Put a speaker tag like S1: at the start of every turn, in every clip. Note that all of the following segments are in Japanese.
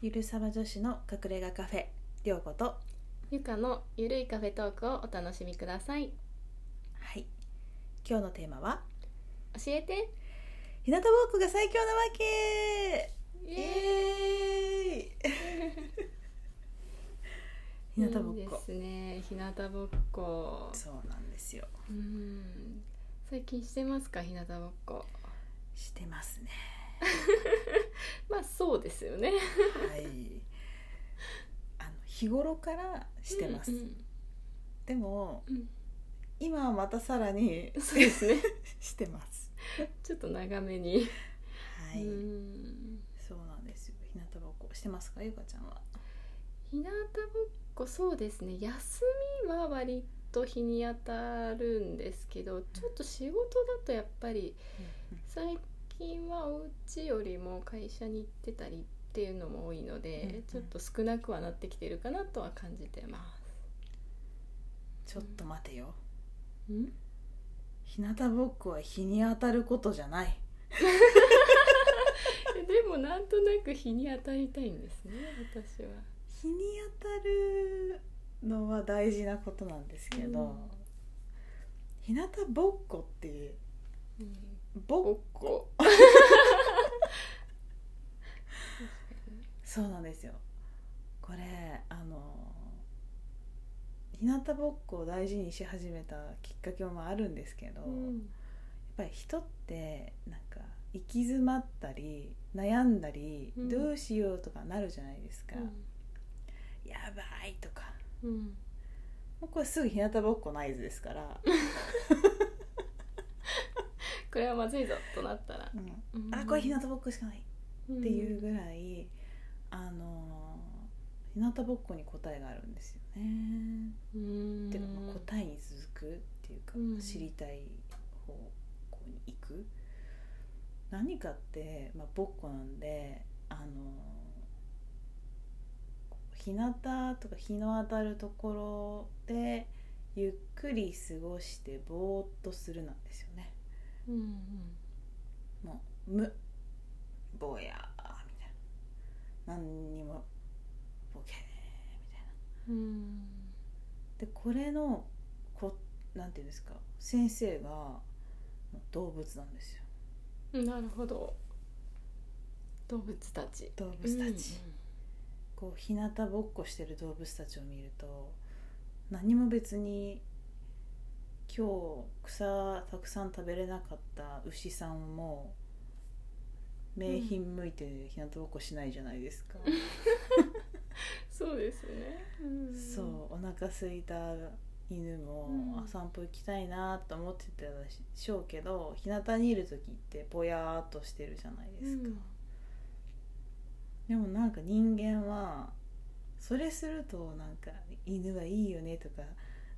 S1: ゆるさま女子の隠れ家カフェりょうこと
S2: ゆかのゆるいカフェトークをお楽しみください
S1: はい今日のテーマは
S2: 教えて
S1: 「日向ウォークが最強なわけ!」
S2: イ
S1: イ
S2: エ
S1: エーイ 日
S2: ーイ
S1: 向ぼ
S2: い
S1: っ
S2: いで
S1: こ
S2: すね日向ぼっこ
S1: そうなんですよ
S2: うん最近してますか日向ぼっこ
S1: してますね
S2: まあそうですよね
S1: はいあの日頃からしてます、
S2: うん
S1: でも
S2: うん
S1: 今はまたさらに
S2: うん、そうですね
S1: してます
S2: ちょっと長めに、
S1: はい、
S2: うん
S1: そうなんですよ日向ぼっこしてますかゆかちゃんは
S2: 日向ぼっこそうですね休みは割と日に当たるんですけどちょっと仕事だとやっぱり最近はお家よりも会社に行ってたりっていうのも多いので、
S1: うんうん
S2: ちょっと少なくはなってきてるかなとは感じてま
S1: ちょっと待てよ
S2: す。ん
S1: 日向ぼっこは日に当たることじゃない
S2: でもなんとなく日に当たりたいんですね私は。
S1: 日に当たるのは大事なことなんですけど、
S2: うん
S1: 日向ぼっこっていう
S2: うん、
S1: ぼ
S2: ぼ
S1: っ
S2: っ こ。
S1: そうなんですよこれあの日向ぼっこを大事にし始めたきっかけもあるんですけど、
S2: う
S1: やっ
S2: ん
S1: ぱり人ってなんか行き詰まったり悩んだり、
S2: うん
S1: どうしようとかなるじゃないですか、
S2: う
S1: やばいとか
S2: ん、
S1: もうこれすぐ日向ぼっこの合図です から、
S2: これはまずいぞとなったら、
S1: うん
S2: うん
S1: あこれ日向ぼっこしかないっていうぐらい、あのー日向ぼっこに答えがあるんですよね。
S2: うん、
S1: っていうか、まあ、答えに続くっていうか、
S2: うん
S1: 知りたい方向に行く何かって、まあ、ぼっこなんで、あのー日向とか日の当たるところでゆっくり過ごしてぼーっとするなんですよね。
S2: うんうん
S1: もう無ぼやーみたいな何にもボケーみたいな
S2: うん
S1: でこれのこなんていうんですか先生がもう動物なんですよ
S2: なるほど動物たち
S1: 動物たち、こう日向ぼっこしてる動物たちを見ると何も別に今日草たくさん食べれなかった牛さんも名品向いて日向ぼっこしないじゃないですか、
S2: そうですね、うん
S1: そうお腹空すいた犬も、
S2: うん
S1: あ散歩行きたいなと思ってたでしょうけど日向にいる時ってぼやーっとしてるじゃないですか、でもなんか人間はそれするとなんか犬はいいよねとか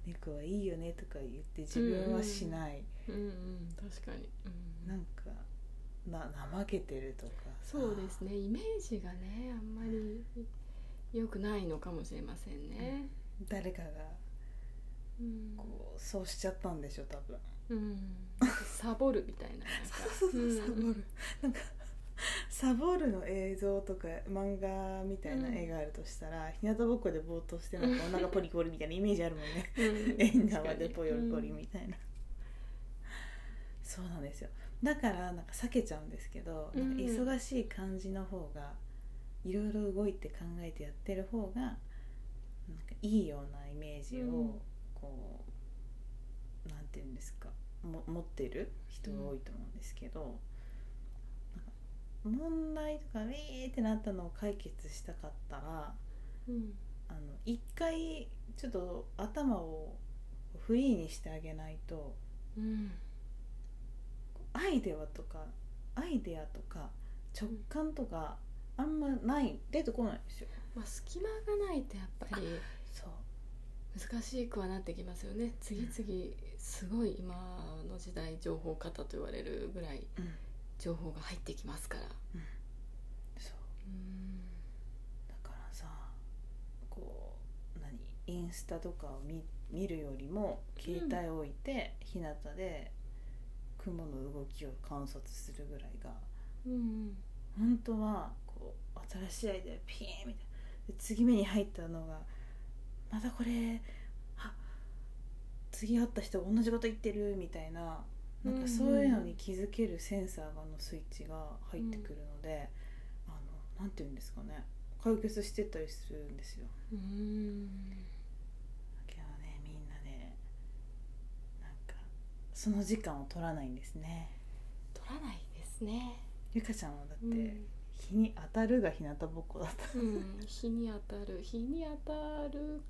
S1: 猫はいいよねとか言って自分はしない、
S2: うんうん確かに、うん
S1: なんかな怠けてるとかさ
S2: そうですねイメージがねあんまり良くないのかもしれませんね、
S1: 誰かが
S2: うん
S1: こうそうしちゃったんでしょ多分
S2: うん、サボるみたいななんか
S1: そうそうそうサボる、
S2: ん
S1: なんかサボるの映像とか漫画みたいな絵があるとしたら、日向ぼっこでぼーっとしてなんかお腹ポリポリみたいなイメージあるもんね
S2: うん
S1: 縁側でポヨリポリ
S2: うん
S1: みたいな、そうなんですよだからなんか避けちゃうんですけど、なんか忙しい感じの方がいろいろ動いて考えてやってる方がなんかいいようなイメージ
S2: うん
S1: をこう、なんていうんですかも持ってる人が多いと思うんですけど、なんか問題とかウェーってなったのを解決したかったら
S2: うん
S1: あの一回ちょっと頭をフリーにしてあげないと
S2: うん
S1: アイデアとかアイデアとか直感とかあんまない出てこないんですよ。
S2: まあ、隙間がないとやっぱり
S1: そう
S2: 難しくはなってきますよね次々すごい今の時代情報型と言われるぐらい
S1: うん
S2: 情報が入ってきますから
S1: そう
S2: うん
S1: だからさこう何インスタとかを見見るよりも携帯を置いて、日向で雲の動きを観察するぐらいが
S2: うん
S1: 本当はここう新しいアイデアピーンみたいなで次目に入ったのがまたこれあ次会った人が同じこと言ってるみたいななんかそういうのに気づけるセンサーのスイッチが入ってくるので、あのなんていうんですかね解決してったりするんですよ。
S2: うん
S1: だけどねみんなねなんかその時間を取らないんですね。
S2: 取らないですね。
S1: ゆかちゃんはだって、
S2: うん
S1: 日に当たるが日向ぼっこだった。
S2: うん、日に当たる日に当たる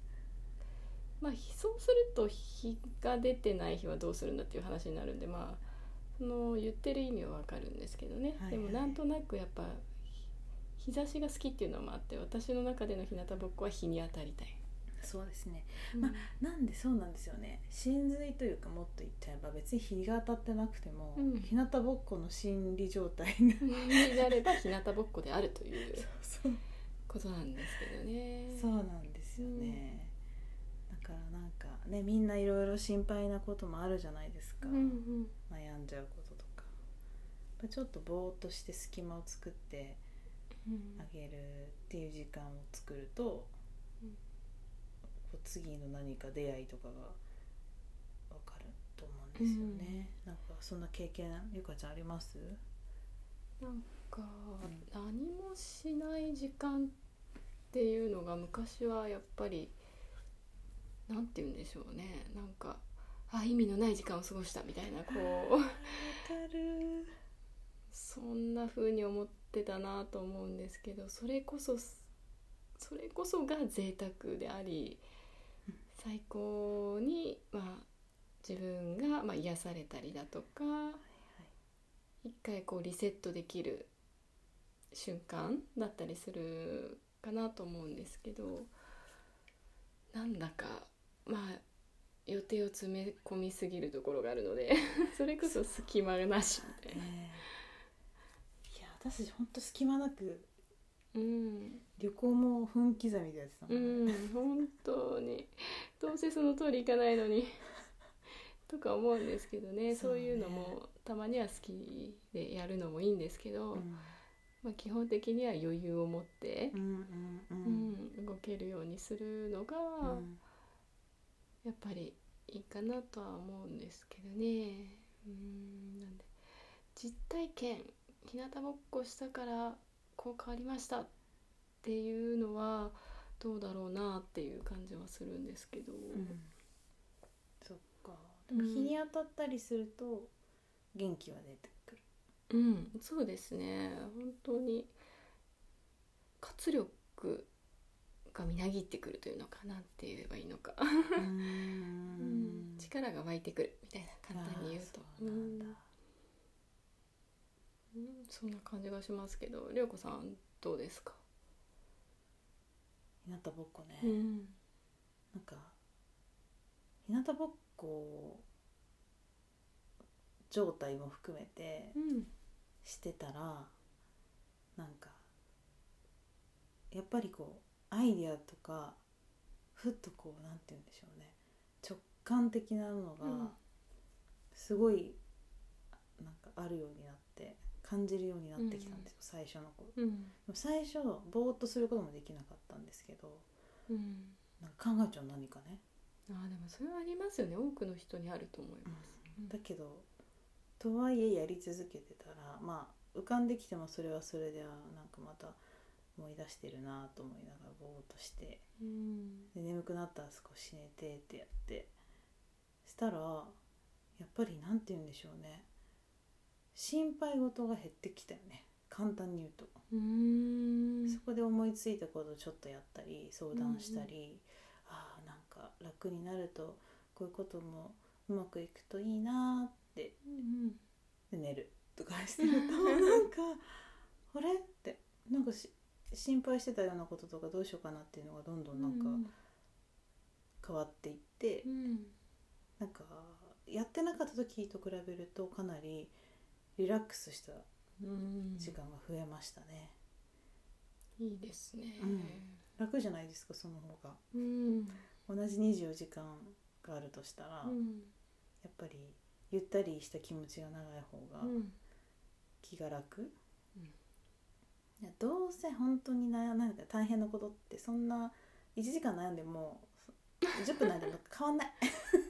S2: まあ日そうすると日が出てない日はどうするんだっていう話になるんでまあその言ってる意味はわかるんですけどね、
S1: はいはい
S2: でもなんとなくやっぱ日日差しが好きっていうのもあって私の中での日向ぼっこは日に当たりたい。
S1: そうですね
S2: うん
S1: まあなんでそうなんですよね真髄というかもっと言っちゃえば別に日が当たってなくても、
S2: うん
S1: 日向ぼっこの心理状態に
S2: になれば日向ぼっこであるという
S1: そう
S2: ことなんですけど ね。
S1: そうなんですよね、だからなんかねみんないろいろ心配なこともあるじゃないですか、
S2: うんうん
S1: 悩んじゃうこととかやっぱちょっとぼーっとして隙間を作って
S2: うん
S1: あげるっていう時間を作ると、
S2: うん
S1: こう次の何か出会いとかが分かると思うんですよね、なんかそんな経験ゆかちゃんあります
S2: なんか
S1: ん
S2: 何もしない時間っていうのが昔はやっぱりなんて言うんでしょうねなんかあ意味のない時間を過ごしたみたいなこう
S1: る
S2: そんな風に思ってたなと思うんですけどそれこそそれこそが贅沢であり
S1: うん
S2: 最高に、まあ、自分が、まあ、癒されたりだとか一回こうリセットできる瞬間だったりするかなと思うんですけどなんだかまあ予定を詰め込みすぎるところがあるので それこそ隙間なしみたいな。
S1: ねえいや私ほんと隙間なく
S2: うん
S1: 旅行も分刻みでやってたも
S2: うん
S1: ね、
S2: ん本当にどうせその通りいかないのに とか思うんですけどね
S1: そう
S2: そう
S1: ね
S2: いうのもたまには好きでやるのもいいんですけど、
S1: うん
S2: まあ、基本的には余裕を持って
S1: う、んうんう
S2: うんん動けるようにするのが、
S1: うん
S2: やっぱりいいかなとは思うんですけどねうんなんで実体験日向ぼっこしたからこう変わりましたっていうのはどうだろうなっていう感じはするんですけど、
S1: そっかでも日に当たったりすると元気は出てくる
S2: うん、そうですね本当に活力がみなぎってくるというのかなんて言えばいいのか、
S1: うーん
S2: 力が湧いてくるみたいな簡単に言うと
S1: あーそうなんだ、
S2: うんうん、そんな感じがしますけど涼子さんどうですか、
S1: 日向ぼっこね、
S2: ん
S1: なんか日向ぼっこ状態も含めて
S2: うん
S1: してたらなんかやっぱりこうアイディアとかふっとこうなんて言うんでしょうね直感的なの
S2: うん
S1: がすごいなんかあるようになって感じるようになってきたんですよ、最初の頃。
S2: うん
S1: でも最初ぼーっとすることもできなかったんですけど
S2: うん、
S1: なんか考えちゃう何かね、
S2: あーでもそれはありますよね多くの人にあると思います、
S1: だけどとはいえやり続けてたらまあ浮かんできてもそれはそれではなんかまた思い出してるなと思いながらぼーっとして
S2: うん
S1: で眠くなったら少し寝てってやってしたらやっぱりなんて言うんでしょうね心配事が減ってきたよね簡単に言うと。
S2: うん
S1: そこで思いついたことをちょっとやったり相談したり、ああなんか楽になるとこういうこともうまくいくといいなーって
S2: うん
S1: で寝るとかしてる となんかあれってなんかし心配してたようなこととかどうしようかなっていうのがどんどんなんか変わっていって、
S2: うん
S1: なんかやってなかった時と比べるとかなりリラックスした
S2: うん
S1: 時間が増えましたね、
S2: いいですね
S1: 楽じゃないですかその方が
S2: うん
S1: 同じ24時間があるとしたら、
S2: うん
S1: やっぱりゆったりした気持ちが長い方が
S2: うん
S1: 気が楽、
S2: うん
S1: いやどうせ本当に悩なんか大変なことってそんな1時間悩んでもそ10分悩んでも変わんない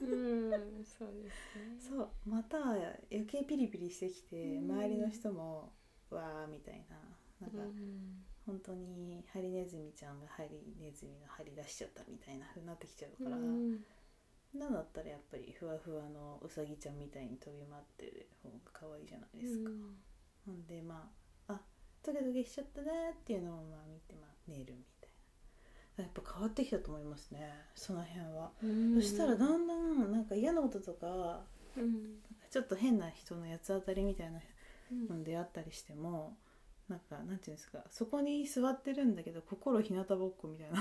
S2: うんそうですね
S1: そうまた余計ピリピリしてきて
S2: うん
S1: 周りの人もわーみたいななんか
S2: うん
S1: 本当にハリネズミちゃんがハリネズミの張り出しちゃったみたいな風になってきちゃうから、
S2: うん
S1: なんだったらやっぱりふわふわのうさぎちゃんみたいに飛び回ってる方が可愛いじゃないですか、
S2: うん
S1: ほんでまああトゲトゲしちゃったねっていうのをまあ見てまあ寝るみたいなやっぱ変わってきたと思いますねその辺は、
S2: う
S1: そ
S2: ん
S1: したらだんだんなんか嫌なこととか
S2: うん
S1: ちょっと変な人の八つ当たりみたいな
S2: うん
S1: のに出会ったりしてもなんかなんていうんですかそこに座ってるんだけど心ひなたぼっこみたいな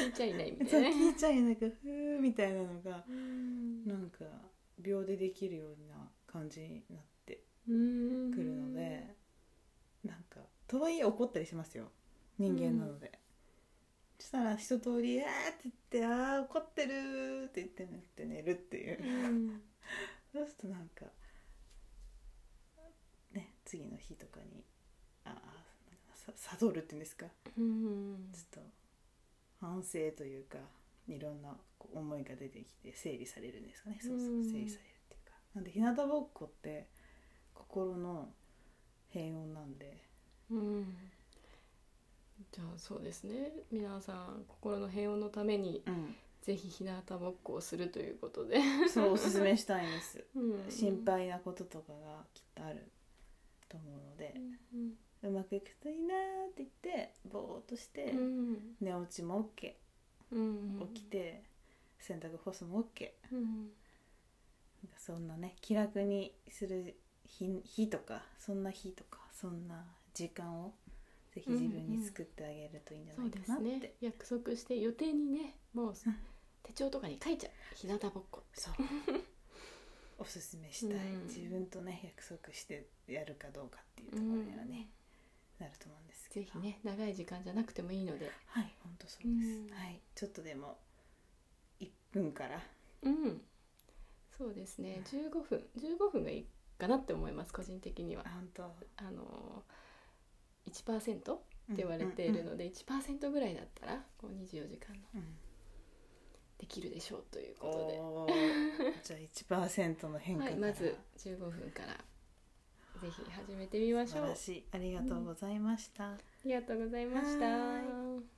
S2: 聞いちゃいないみた
S1: そう
S2: いなね
S1: 聞いちゃいなんかふーみたいなのが
S2: うん
S1: なんか秒でできるような感じになって
S2: うん
S1: くるので、なんかとはいえ怒ったりしますよ人間なので、そしたら一通り「あー」って言って「あー怒ってる」って言って寝て寝るっていうう、
S2: ん
S1: そうするとなんかね次の日とかに「あーあーさ悟る」って言うんですか
S2: うん
S1: ちょっと反省というかいろんなこう思いが出てきて整理されるんですかねそうそううん整理されるっていうかなんで日向ぼっこって心の平穏なんで
S2: うんじゃあそうですね皆さん心の平穏のためにぜひ日向ぼっこをするということで、
S1: そうおすすめしたいんです
S2: うん
S1: 心、配なこととかがきっとあると思うので
S2: う
S1: う
S2: ん
S1: まくいくといいなーって言ってぼーっとして
S2: うん
S1: 寝落ちも OK
S2: うん、
S1: 起きて洗濯干すも OK
S2: うん、
S1: なんかそんなね気楽にする日日とかそんな日とかそんな時間をぜひ自分に作ってあげるといいんじゃ
S2: そ
S1: ないうか
S2: です
S1: なって、
S2: ね約束して予定にねもう
S1: うん
S2: 手帳とかに書いちゃう日向ぼっこ
S1: そう おすすめしたい、
S2: うん
S1: 自分とね約束してやるかどうかっていうところにはね、なると思うんですけ
S2: ぜ
S1: ど
S2: ひね長い時間じゃなくてもいいので
S1: はい本当そうです、
S2: うん
S1: はいちょっとでも1分から
S2: うんそうですね15分15分がいいかなって思います個人的には
S1: あ本当っ
S2: あの1%って言われているので、1%ぐらいだったらこう24時間の
S1: うん
S2: できるでしょうということで、
S1: おーじゃあ1%の変化
S2: は
S1: か
S2: い、
S1: ら、
S2: まず15分からぜひ始めてみまし
S1: 素
S2: ょう
S1: 晴
S2: あ
S1: らしいありがとうございました、
S2: りがとうございました
S1: は